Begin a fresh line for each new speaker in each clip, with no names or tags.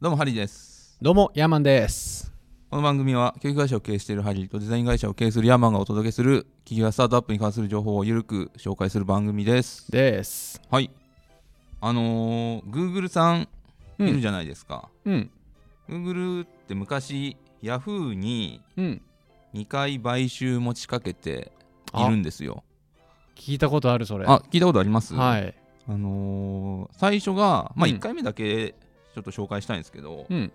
どうもハリーです
どうもヤーマンです
この番組は教育会社を経営しているハリーとデザイン会社を経営するヤーマンがお届けする企業やスタートアップに関する情報をゆるく紹介する番組です
です
はいあのー、Google さん
うん
いるじゃないですか、
うん
Google って昔 Yahoo に
うん
2回買収持ちかけてい
あ
るんですよ
聞いたことあるそれ
あ聞いたことあります
はい
あのー最初が、まあ、
うん
1回目だけちょっと紹介したいんですけど、
うん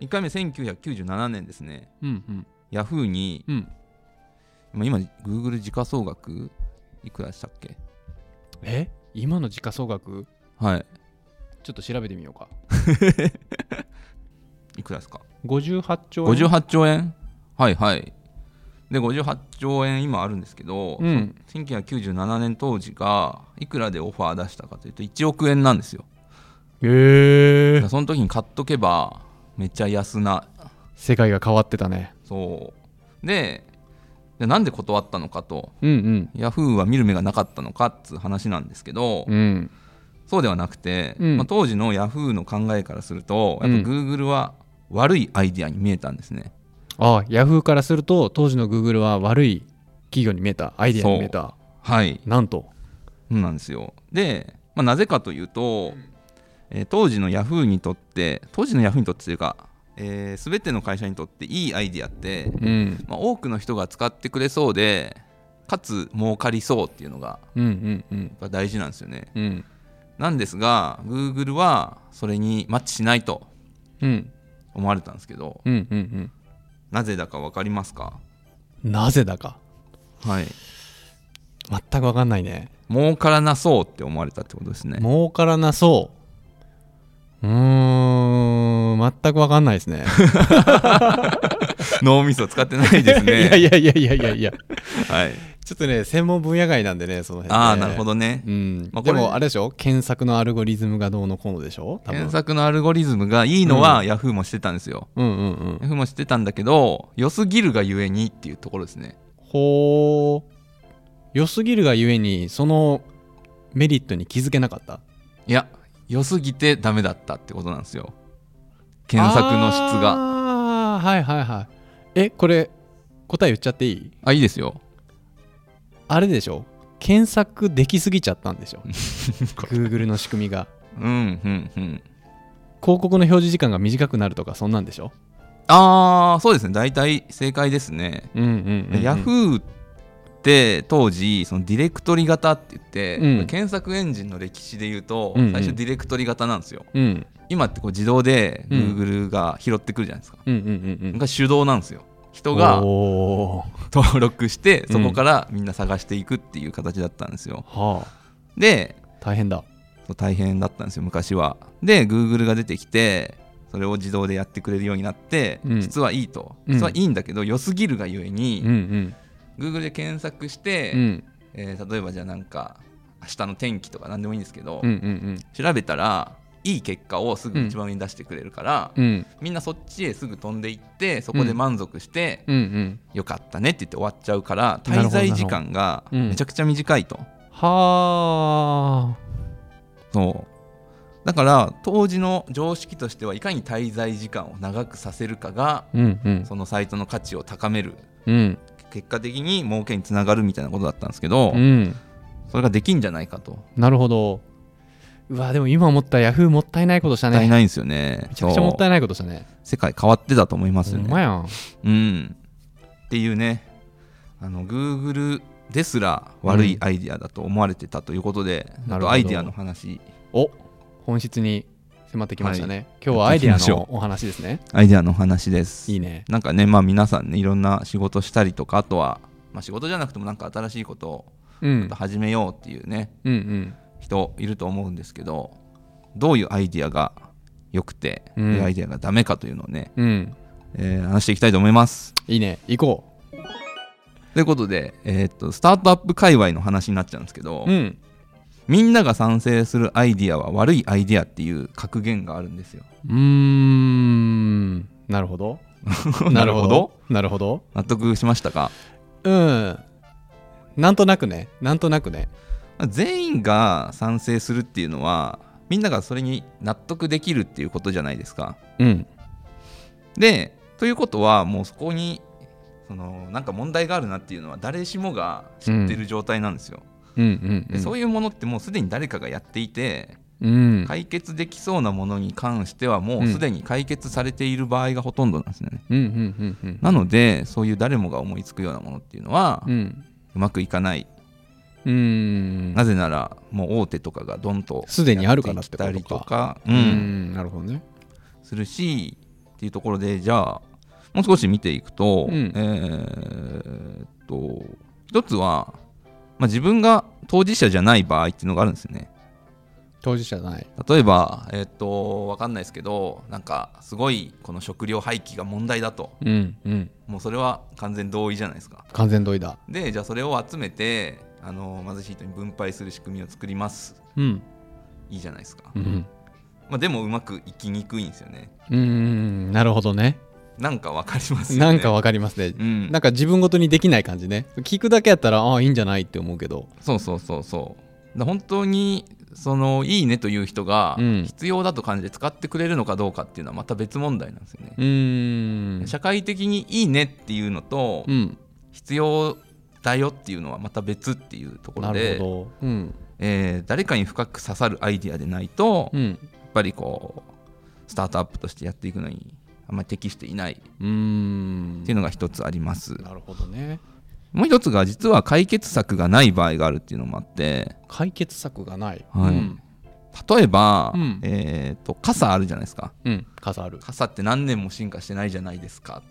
1回目1997年ですね
うんうん
ヤフーに、
うん
まあ今 Google 時価総額いくらでしたっけ
え今の時価総額
はい
ちょっと調べてみようか
いくらですか
58兆円
58兆円はいはいで58兆円今あるんですけど、
うん
1997年当時がいくらでオファー出したかというと1億円なんですよ
へ
だ
え
からその時に買っとけばめっちゃ安な
世界が変わってたね
そうででなんで断ったのかと
うん
ヤフーは見る目がなかったのかっつう話なんですけど、
うんうん
そうではなくて、
うん
まあ、当時のヤフーの考えからするとやっ
う
ぱ
ん
Google は悪いアイディアに見えたんですね、
あヤフーからすると当時のグーグルは悪い企業に見えたアイディアに見えた
はい
なんと
そうなんですよで、まあ、なぜかというと、えー当時のヤフーにとって当時のヤフーにとってというか、えー、全ての会社にとっていいアイディアって、
うん
まあ、多くの人が使ってくれそうでかつ儲かりそうっていうのが
うんうんうん
やっぱ大事なんですよね
うん
なんですが Google はそれにマッチしないと
うん
思われたんですけど
うんうん
なぜだか分かりますか
うんなぜだか
はい
全く分かんないね
儲からなそうって思われたってことですね
儲からなそううーん全く分かんないですね脳
脳みそ使ってないですね
いやいやいやいやいやいや
はい、
ちょっとね専門分野外なんでねその辺、ね、
ああなるほどね
うん、
まあこ
で
れ
もあれでしょ検索のアルゴリズムがどうのこうのでしょ多分
検索のアルゴリズムがいいのは Yahoo もしてたんですよ、
うんうんうん
Yahoo もしてたんだけど良すぎるがゆえにっていうところですね
ほう良すぎるがゆえにそのメリットに気づけなかった
いや良すぎてダメだったってことなんですよ検索の質があ
ああはいはいはいえこれ答え言っちゃっていい
いいですよ
あれでしょ検索できすぎちゃったんで しょ Google の仕組みが
うんうんうん
広告の表示時間が短くなるとかそんなんでしょ
ああそうですね大体正解ですね
うんうん
ヤフーって当時そのディレクトリ型って言って、
うん
検索エンジンの歴史で言うと、
うんうん
最初ディレクトリ型なんですよ
うん
今ってこう自動で
うん
Google が拾ってくるじゃないですか、
うんうんうんうん
昔手動なんですよ人が
おー
登録して
うん
そこからみんな探していくっていう形だったんですよ、
はあ
で
大変だ
そう大変だったんですよ昔はで Google が出てきてそれを自動でやってくれるようになって、
うん
実はいいと
うん
実はいいんだけど、良すぎるがゆえ
う
に
ん、うん、
Google で検索して、
うん、
えー例えばじゃあなんか明日の天気とか何でもいいんですけど、
うんうん
調べたらいい結果をすぐ一番上に出してくれるから、
うんうん
みんなそっちへすぐ飛んでいってそこで満足して、
うんうん
よかったねって言って終わっちゃうから
なるほ
滞
ど
在時間がめちゃくちゃ短いと、
はあ
そうだから当時の常識としてはいかに滞在時間を長くさせるかが
うんうん
そのサイトの価値を高める
うん
結果的に儲けにつながるみたいなことだったんですけど、
うん
それができんじゃないかともっ
なるほどうわでも今思ったヤフーもったいないことした
たい
ね
ないんですよね
めちゃくちゃもっ
そう
たいないことしたね
世界変わってたと思います
ほ
よ
んま
ね。
やん
うん、っていうねあの Google ですら悪いアイディアだと思われてたということで、
な
ちょっ
るほど
とアイディアの話
お本質に迫ってきましたね、今日は
や
ア
っ
イ
て
デ
いきま
ィア
しょう
のお話ですね
アイディアの話です。
いいね
なんかねまあ皆さんねいろんな仕事したりとかあとは、まあ、仕事じゃなくてもなんか新しいことを
うん
始めようっていうね
うんうん
人いると思うんですけどどういうアイディアが良くて、
うん
どういうアイディアがダメかというのをね、
うん
えー話していきたいと思います。
いいね行こ
ということで、えーっとスタートアップ界隈の話になっちゃうんですけど、
ううん
みんなが賛成するアイディアは悪いアイディアっていう格言があるんですよ。
うーんなる ほどなるほどなるほど
納得しましたか
うんなんとなくねなんとなくね
全員が賛成するっていうのはみんながそれに納得できるっていうことじゃないですか。
うん
でということはもうそこにそのなんか問題があるなっていうのは誰しもが知ってる状態なんですよ。
うんうん
でそうういうものってもうすでに誰かがやっていて
ん
解決できそうなものに関してはもうすでに解決されている場合がほとんどなんですよね。
うんうんうんうん
なのでそういう誰もが思いつくようなものっていうのは
うん
うまくいかない
うん
なぜならもう大手とかがどんと
すでにあるからってことか
やきたりとか、う、
うんんなるほどね
するしっていうところでじゃあもう少し見ていくと、
うん
えーっと一つは、まあ、自分が当事者じゃない場合っていうのがあるんですよね
当事者じゃない
例えばえーっとわかんないですけどなんかすごいこの食料廃棄が問題だと
うんうん
もうそれは完全同意じゃないですか
完全同意だ
でじゃあそれを集めてあの貧しい人に分配する仕組みを作ります
うん
いいじゃないですか、
うん
まあ、でもうまくいきにくいんですよね
うんなるほどね
なんかわかりますよね
なんかわかりますね
うん
なんか自分ごとにできない感じね聞くだけやったらああいいんじゃないって思うけど
そうそうそうそうだ本当にそのいいねという人が
うん
必要だと感じて使ってくれるのかどうかっていうのはまた別問題なんですよね、
うん
社会的にいいねっていうのと
うん
必要だよっていうのはまた別っていうところ
なる
で、
ほどうん
えー誰かに深く刺さるアイディアでないと
う
やっ
ん
ぱりこうスタートアップとしてやっていくのにあんまり適していないっ
うん
ていうのが一つあります
なるほどね
もう一つが実は解決策がない場合があるっていうのもあって
解決策がない
はい
うん
例えば、
うん
えー、と傘あるじゃないですか
うん数ある
傘って何年も進化してないじゃないですか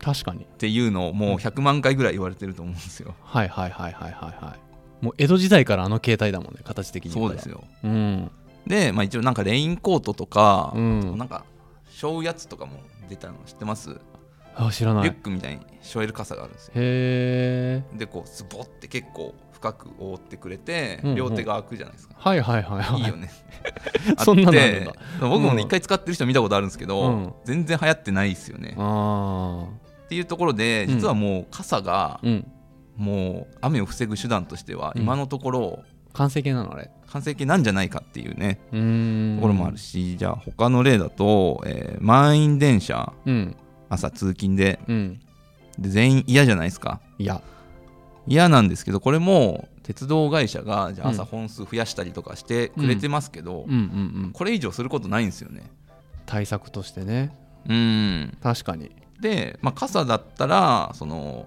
確かに
っていうのをもう100万回ぐらい言われてると思うんです よ。
はいはいはいはいはいはいもう江戸時代からあの携帯だもんね形的に言
そう
った
で
ら
すよ
うん
で、まあ、一応なんかレインコートとか、
うん
なんかしょうやつとかも出たの知ってます、
あ知らな
リ
い
ュックみたいにしょえる傘があるんですよ。
へえ
でこうスボって結構深く覆ってくれて
うんうん
両手が開くじゃないですか。
はいはいはいはい。
いいよね
そんなのあるんだ
あって僕もね一回使ってる人見たことあるんですけど、
うん
全然流行ってないですよね。
あ
っていうところで
うん
実はもう傘が
あうん
もう雨を防ぐ手段としては
うん
今のところ
完成形なのあれ
完成形なんじゃないかっていうね
うーん
ところもあるし、じゃあ他の例だと、えー満員電車
うん
朝通勤で
うん
で全員嫌じゃないですか
いや
嫌なんですけどこれも鉄道会社がじゃあ
うん
朝本数増やしたりとかしてくれてますけど、
うんうんうん
これ以上することないんですよね。
対策としてね
うん
確かに
で、まあ、傘だったらその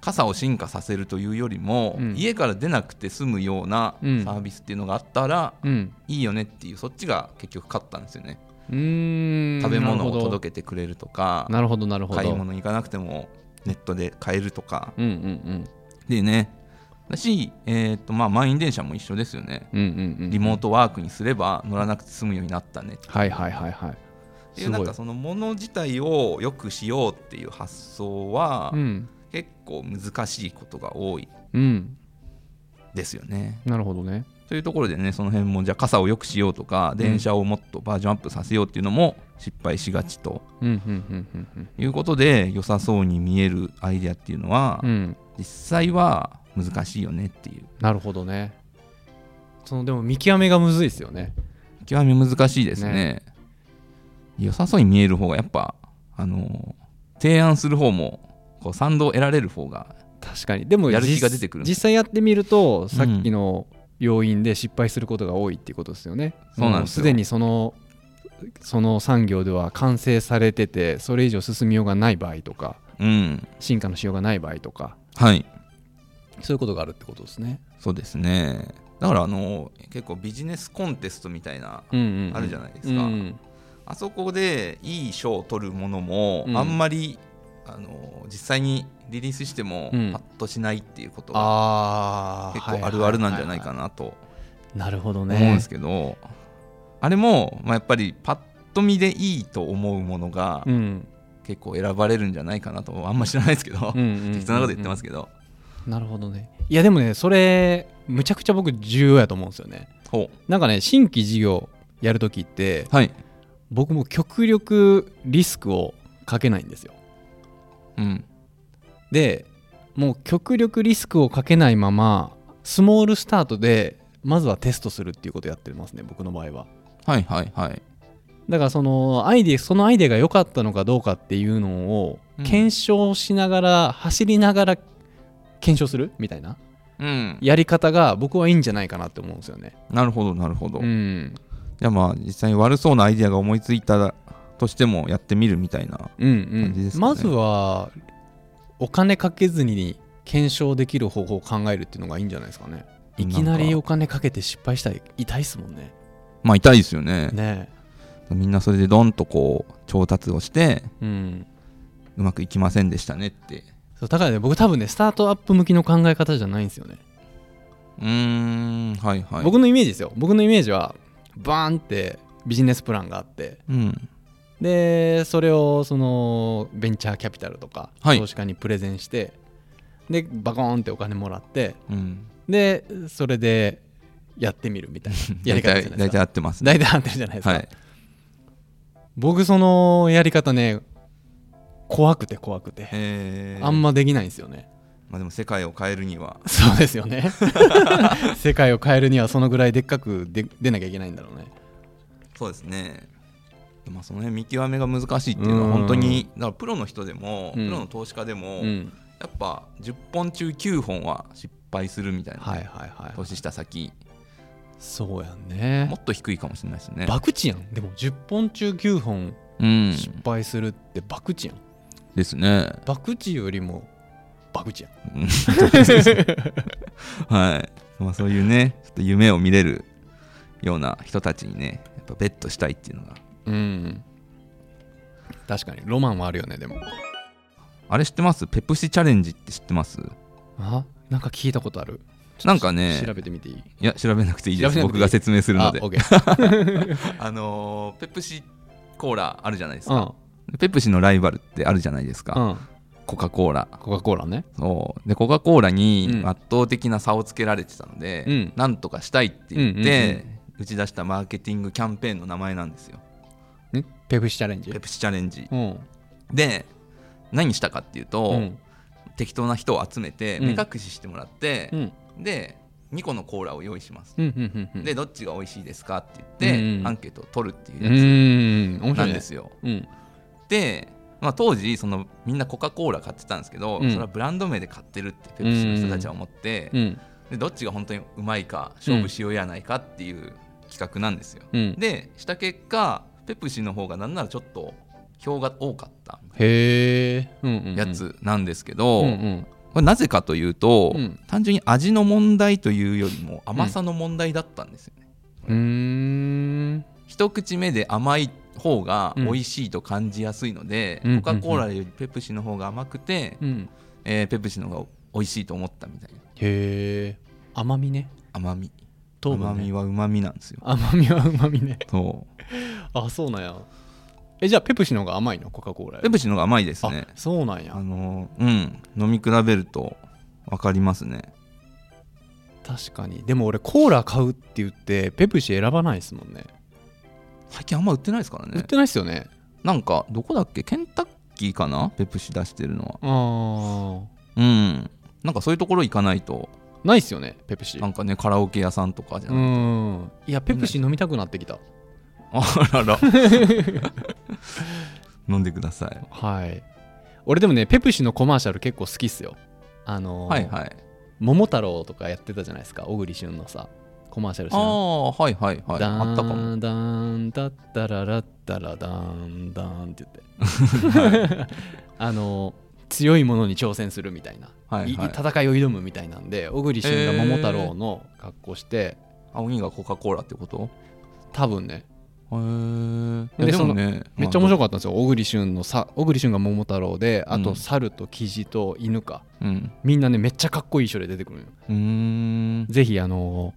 傘を進化させるというよりも、
うん
家から出なくて済むようなサ
うん
ービスっていうのがあったら、
うん
いいよねっていうそっちが結局勝ったんですよね、
うーん
食べ物を
け
届けてくれるとか
なるほどなるほど
買い物に行かなくてもネットで買えるとか
うんうん
でねだし、えーとまあ、満員電車も一緒ですよね
うんうんうんうん
リモートワークにすれば乗らなくて済むようになったねっ
はいはいはいはい
ていうなんかそのもの自体を良くしようっていう発想は
うん
結構難しいことが多い
うん
ですよね。
なるほどね
というところでねその辺もじゃあ傘を良くしようとか電車をもっとバージョンアップさせようっていうのも失敗しがちと
うんうんうんうんうん
いうことで良さそうに見えるアイデアっていうのは、
うん、
実際は難しいよねっていう
なるほどねそのでも見極めがむずいですよね
極め難しいですね
ね
良さそうに見える方がやっぱあのー提案する方もこう賛同を得られる方が
確かにでも
やる気
実
が出てくる
実際やってみるとさっきの要因で失敗することが多いっていうことですよね、
そうなんですよ
もすでにそのその産業では完成されててそれ以上進みようがない場合とか
うん
進化のしようがない場合とか
はい
そういうことがあるってことですね、
そうですねだからあのー結構ビジネスコンテストみたいな
うんうんうん
あるじゃないですか
うん
あそこでいい賞を取るものも、
うん
あんまりあのー実際にリリースしてもパ
うん
ッとしないっていうことが
あー
結構あるあるなんじゃないか
は
なと
いはいはいなるほど
思うん
ね
ですけど、あれも、まあ、やっぱりパッと見でいいと思うものが
うん
結構選ばれるんじゃないかなとあんま知らないですけど、適当なこと言ってます
け
けど、
どなるほどねいやでもねそれむちゃくちゃ僕重要やと思うんですよね
ほ
なんかね新規事業やるときって
うはい、
僕も極力リスクをかけないんですよ
うん、
でもう極力リスクをかけないままスモールスタートでまずはテストするっていうことをやってますね僕の場合は
はいはいはい
だからそのアイデアそのアイデアが良かったのかどうかっていうのを
うん
検証しながら、走りながら検証するみたいな
うん
やり方が僕はいいんじゃないかなって思うんですよね
なるほどなるほど、
うん
じゃあまあ実際に悪そうなアイデアが思いついたとしてもやってみるみたいな
うん
感じ
う
で
ん
すかね
まずはお金かけずに検証できる方法を考えるっていうのがいいんじゃないですかねいきなり
ん
お
か
金かけて失敗したら痛いっすもんね
まあ痛いですよね
ね
みんなそれでドンとこう調達をして
えうん
うまくいきませんでしたねって
そうだからね僕多分ねスタートアップ向きの考え方じゃないんですよね
うーんはいはい
僕のイメージですよ僕のイメージはバーンってビジネスプランがあって
うん
でそれをそのベンチャーキャピタルとか
はい
投資家にプレゼンして、でバコーンってお金もらって
うん
でそれでやってみるみたいなやり 方
大
じゃ
体
な
大
いです
体合
か
ってますね
大体合ってるじゃないですか、
はい
僕そのやり方ね怖くて怖くて
えー
あんまできないんですよね
まあでも世界を変えるには
そうですよね 世界を変えるにはそのぐらいでっかくで出なきゃいけないんだろうね
そうですねまあその辺見極めが難しいっていうのは本当にだからプロの人でも、
うん
プロの投資家でも、
うん
やっぱ10本中9本は失敗するみたいな、
はいはいはい
投資した先
そうやんね
もっと低いかもしれないですね
バクチやんでも10本中9本
うん
失敗するってバクチやん
ですね
バクチよりもバクチやん
うんはい、まあ、そういうねちょっと夢を見れるような人たちにねやっぱベットしたいっていうのが
うん確かにロマンはあるよねでも
あれ知ってますペプシチャレンジって知ってます
あなんか聞いたことある
なんかね
調べてみていい
いや調べなくていいです
調べなく
僕
ていい
が説明するの
あ
で
オッケ ー
あのーペプシコーラあるじゃないです
う
か、
ん
ペプシのライバルってあるじゃないですか、
うん
コカ・コーラ
コカ・コーラね
そうでコカ・コーラに
うん
圧倒的な差をつけられてたので、
うん
なんとかしたいって言って、
うんう
打ち出したマーケティングキャンペーンの名前なんですよ
んペプシチャレンジ
ペプシチャレンジ
うん
で何したかっていうと、
うん
適当な人を集めて
うん
目隠ししてもらって
う、ん
で2個のコーラを用意します、
うんうんうん
でどっちが美味しいですかって言って、
うんうん
アンケートを取るって
う
いうや
ん
つ
面
な
白い
ん
ね
ですよ、
うん
で、まあ、当時そのみんなコカ・コーラ買ってたんですけど、
うん
それはブランド名で買ってるってペプシの人たちは思って、
うん
でどっちが本当にうまいか勝負しようやないかっていう企画なんですよ、
うん
でした結果ペプシの方がなんならちょっと票が多かった
へえうんうんうん
やつなんですけど、
うんうん
これなぜかというと、
うん
単純に味の問題というよりも甘さの問題だったんですよね、
うーん
一口目で甘い方が美味しいと感じやすいので、
うん
コカ・コーラよりペプシの方が甘くて、
うん
えーペプシの方が美味しいと思ったみたいな
へえ甘みね
甘み
糖分
甘み
ね
はうまみなんですよ
甘みはうまみね
そ
あそうなんやえじゃあペプシの方が甘いのコカ・コー
う
ラよ
ペ
り
プシの方が甘いですね
あそうなん
あ
や
のーうん飲み比べると分かりますね
確かにでも俺コーラ買うって言ってペプシ選ばないですもんね
最近あんま売ってないですから
売っ
ね
てないっすよね
なんかどこだっけケンタッキーかなペプシ出してるのは
あ
うんなんかそういうところ行かないと
あないっすよねペプシ
なんかねカラオケ屋さんとかじゃ
う
ない、ん、
んいやペプシ飲みたくなってきた
あら ら飲んでください
はい俺でもねペプシのコマーシャル結構好きっすよあのー
はいはい
桃太郎とかやってたじゃないですか小栗旬のさコマーシャルし
ああはいはいはい
ダーン
あったかも
ダーンダッダララッダラダーンダーンって言って あの強いものに挑戦するみたいな、
はいはい
い戦いを挑むみたいなんで小栗旬が桃太郎の格好して、
あ鬼がコカ・コーラってこと
多分ね
へーい
で
やで
そ
も
の
ね
めっちゃ
白
面白かったんですよ小栗旬のさ小栗旬が桃太郎であ
う
と
ん
猿とキジと犬か、
うん
みんなねめっちゃかっこいい衣装で出てくるのよ
うーん
ぜひあの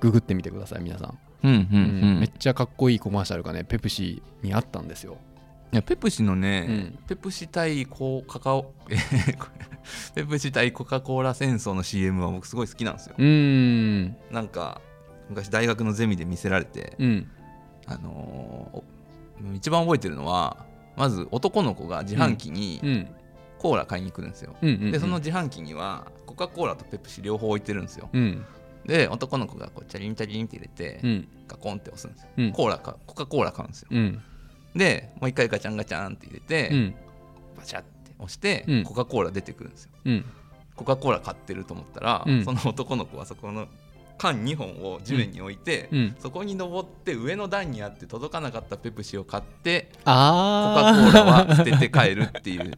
ググってみてください皆さん、
うんうんう
うん
ん
めっちゃかっこいいコマーシャルがねペプシにあったんですよ、
いやペプシのね、
うん
ペプシ対コ カカオえこれペプシ対コカ・コーラ戦争の CM は僕すごい好きなんですよ
うーん
なんか昔大学のゼミで見せられて、
うん
あのーお一番覚えてるのはまず男の子が自販機に
うん
コーラ買いに来るんですよ、
うんうんうん
でその自販機にはコカ・コーラとペプシ両方置いてるんですよ
うん
で男の子がこうチャリンチャリンって入れて、
うん
ガコンって押すんですよ、
うん
コーラかコカ・コーラ買うんですよ
うん
でもう一回ガチャンガチャンって入れて、
うん
バチャって押して、
うん
コカ・コーラ出てくるんですよ
うん
コカ・コーラ買ってると思ったら、
うん
その男の子はそこの缶2本を地面に置いて、
うん
そこに登って上の段にあって届かなかったペプシを買ってコカ・コ
ああ
ーラは捨てて帰るっていう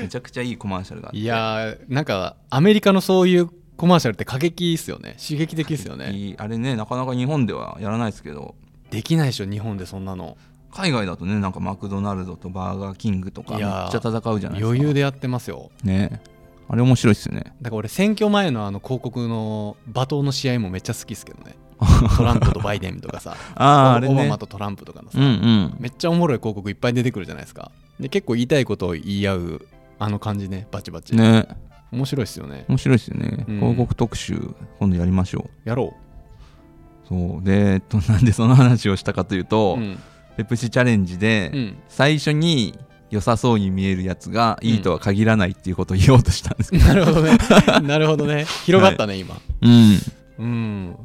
めちゃくちゃいいコマーシャルがあって
いやーなんかアメリカのそういうコマーシャルって過激ですよね刺激的ですよね
いいあれねなかなか日本ではやらないですけど
できないでしょ日本でそんなの
海外だとねなんかマクドナルドとバーガーキングとかめっ
い
ち
やー
ゃ戦うじゃないですか
余裕でやってますよ
ねあれ面白いっすよね
だから俺選挙前のあの広告の罵倒の試合もめっちゃ好きですけど ねトランプとバイデンとかさ
あーあれね
オバマとトランプとかのさ、
うんうん
めっちゃおもろい広告いっぱい出てくるじゃないですかで結構言いたいことを言い合うあの感じねバチバチ、
ね
面白いですよね
面白いっすよね、
うん
広告特集今度やりましょう
やろ
そうで、えっと、なんでその話をしたかという
う
と、
うん
ペプシチャレンジで、
うん
最初に良さそうに見えるやつがいいとは限らないっていうことを言おうとしたんですけど、
なるほどね なるほどね広がったね、今
うん、
うん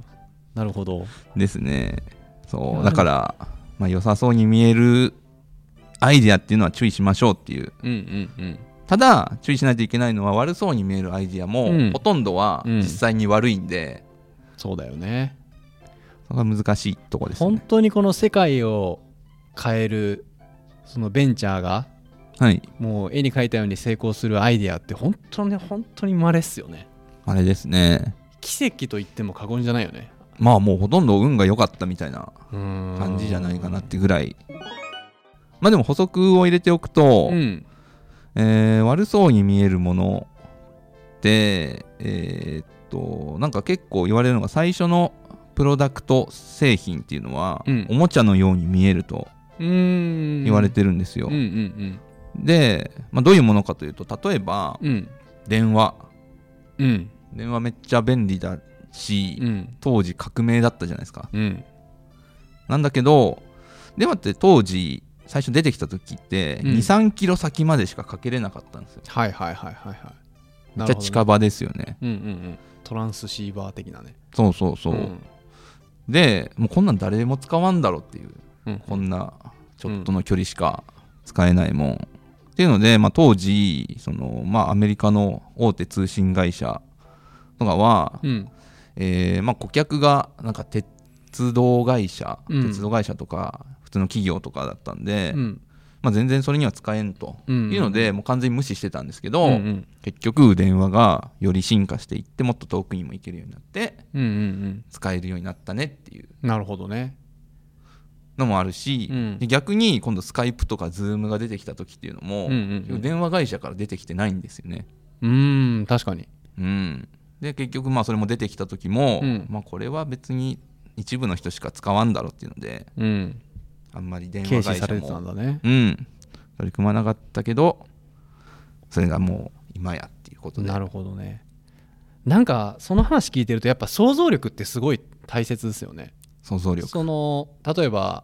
なるほど
ですね
いや
そ
で
う
も
だから、まあ、良さそうに見えるアイディアっていうのは注意しましょうっていう
うんうん
ただ注意しないといけないのは悪そうに見えるアイディアも、
うん
ほとんどは
うん
実際に悪いんで、
そうだよね
そこが難しいとこです
本
ね
当にこの世界を変えるそのベンチャーが
はい
もう絵に描いたように成功するアイデアって本当に本当に稀っすよね
あれですね
奇跡と言っても過言じゃないよね
まあもうほとんど運が良かったみたいな
感
感じじゃないかなってぐらいまあでも補足を入れておくと、
うん
えー悪そうに見えるものってえーっとなんか結構言われるのが最初のプロダクト製品っていうのは、
うん
おもちゃのように見えると
うん
言われてるんですよ、
うんうん
で、まあ、どういうものかというと例えば
うんうん
電話
うん
電話めっちゃ便利だし、
うん
当時革命だったじゃないですか
うん
なんだけど電話って当時最初出てきた時って
うん
23キロ先までしかかけれなかったんですよ
はいはいはいはいはい
め
な
っちゃ
るほどね
近場ですよね
うんうんうんトランスシーバー的なね
そうそうそう、
ん
でもうこんなん誰も使わんだろっていう
うん
こんなちょっとの距離しか使えないもん、っていうので、まあ、当時その、まあ、アメリカの大手通信会社とかは、
うん
えーまあ、顧客がなんか鉄道会社、
うん
鉄道会社とか普通の企業とかだったんで、
うん
まあ、全然それには使えんと、
うん
いうのでもう完全に無視してたんですけど、
うんうん
結局電話がより進化していってもっと遠くにも行けるようになって
うんうん
使えるようになったねっていう
うんなるほどね
のもあるし、
うん
で逆に今度スカイプとかズームが出てきた時っていうのも、
うんうんうん
電話会社から出てきてないんですよね。
うーん確かに
うん、で結局まあそれも出てきた時も、
うん
まあ、これは別に一部の人しか使わんだろうっていうので
うん
あんまり電
軽
話
視
会
さ
社
れてたん
も、
だね
うん、取り組まなかったけどそれがもう今やっていうことで。
なるほどねなんかその話聞いてるとやっぱ想像力ってすごい大切ですよね
想像力
その例えば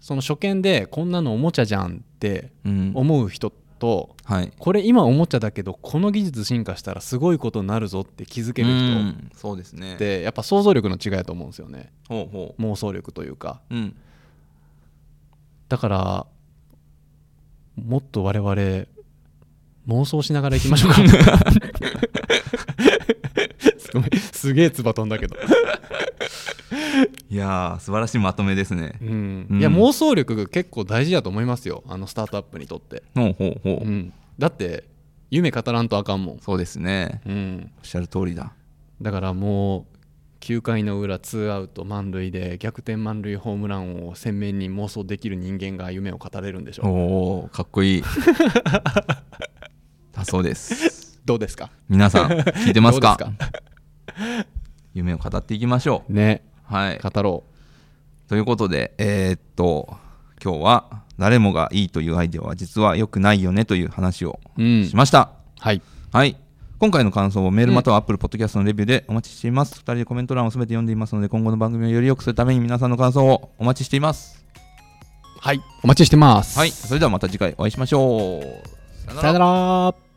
その初見でこんなのおもちゃじゃんって
うん
思う人と
はい
これ今おもちゃだけどこの技術進化したらすごいことになるぞって気づける
う
人
んそうですね
ってやっぱ想像力の違いだと思うんですよね
ほうほ
妄想力というか
ううん
だからもっと我々妄想しながら行きましょうか ごめんすげえ唾飛んだけど、
いやー素晴らしいまとめですね
う。ん
うん
いや妄想力結構大事だと思いますよあのスタートアップにとって、
ほうほうほう、
うん、だって夢語らんとあかんもん、
そうですね
うん、
おっしゃる通りだ。
だからもう9回の裏ツーアウト満塁で逆転満塁ホームランを鮮明に妄想できる人間が夢を語れるんでしょう
おおかっこいい だそうです
どうですか
皆さん聞いてますか
どうです
夢を語っていきましょう
ね
はい
語ろ
ということでえーっと今日は誰もがいいというアイデアは実は良くないよねという話を
う、うん、
しました、
はい
はい今回の感想をメールまたは Apple Podcast のレビューでお待ちしています、2人でコメント欄を全て読んでいますので今後の番組をより良くするために皆さんの感想をお待ちしています
はいお待ちしてます
はいそれではまた次回お会いしましょうさよな
さよなら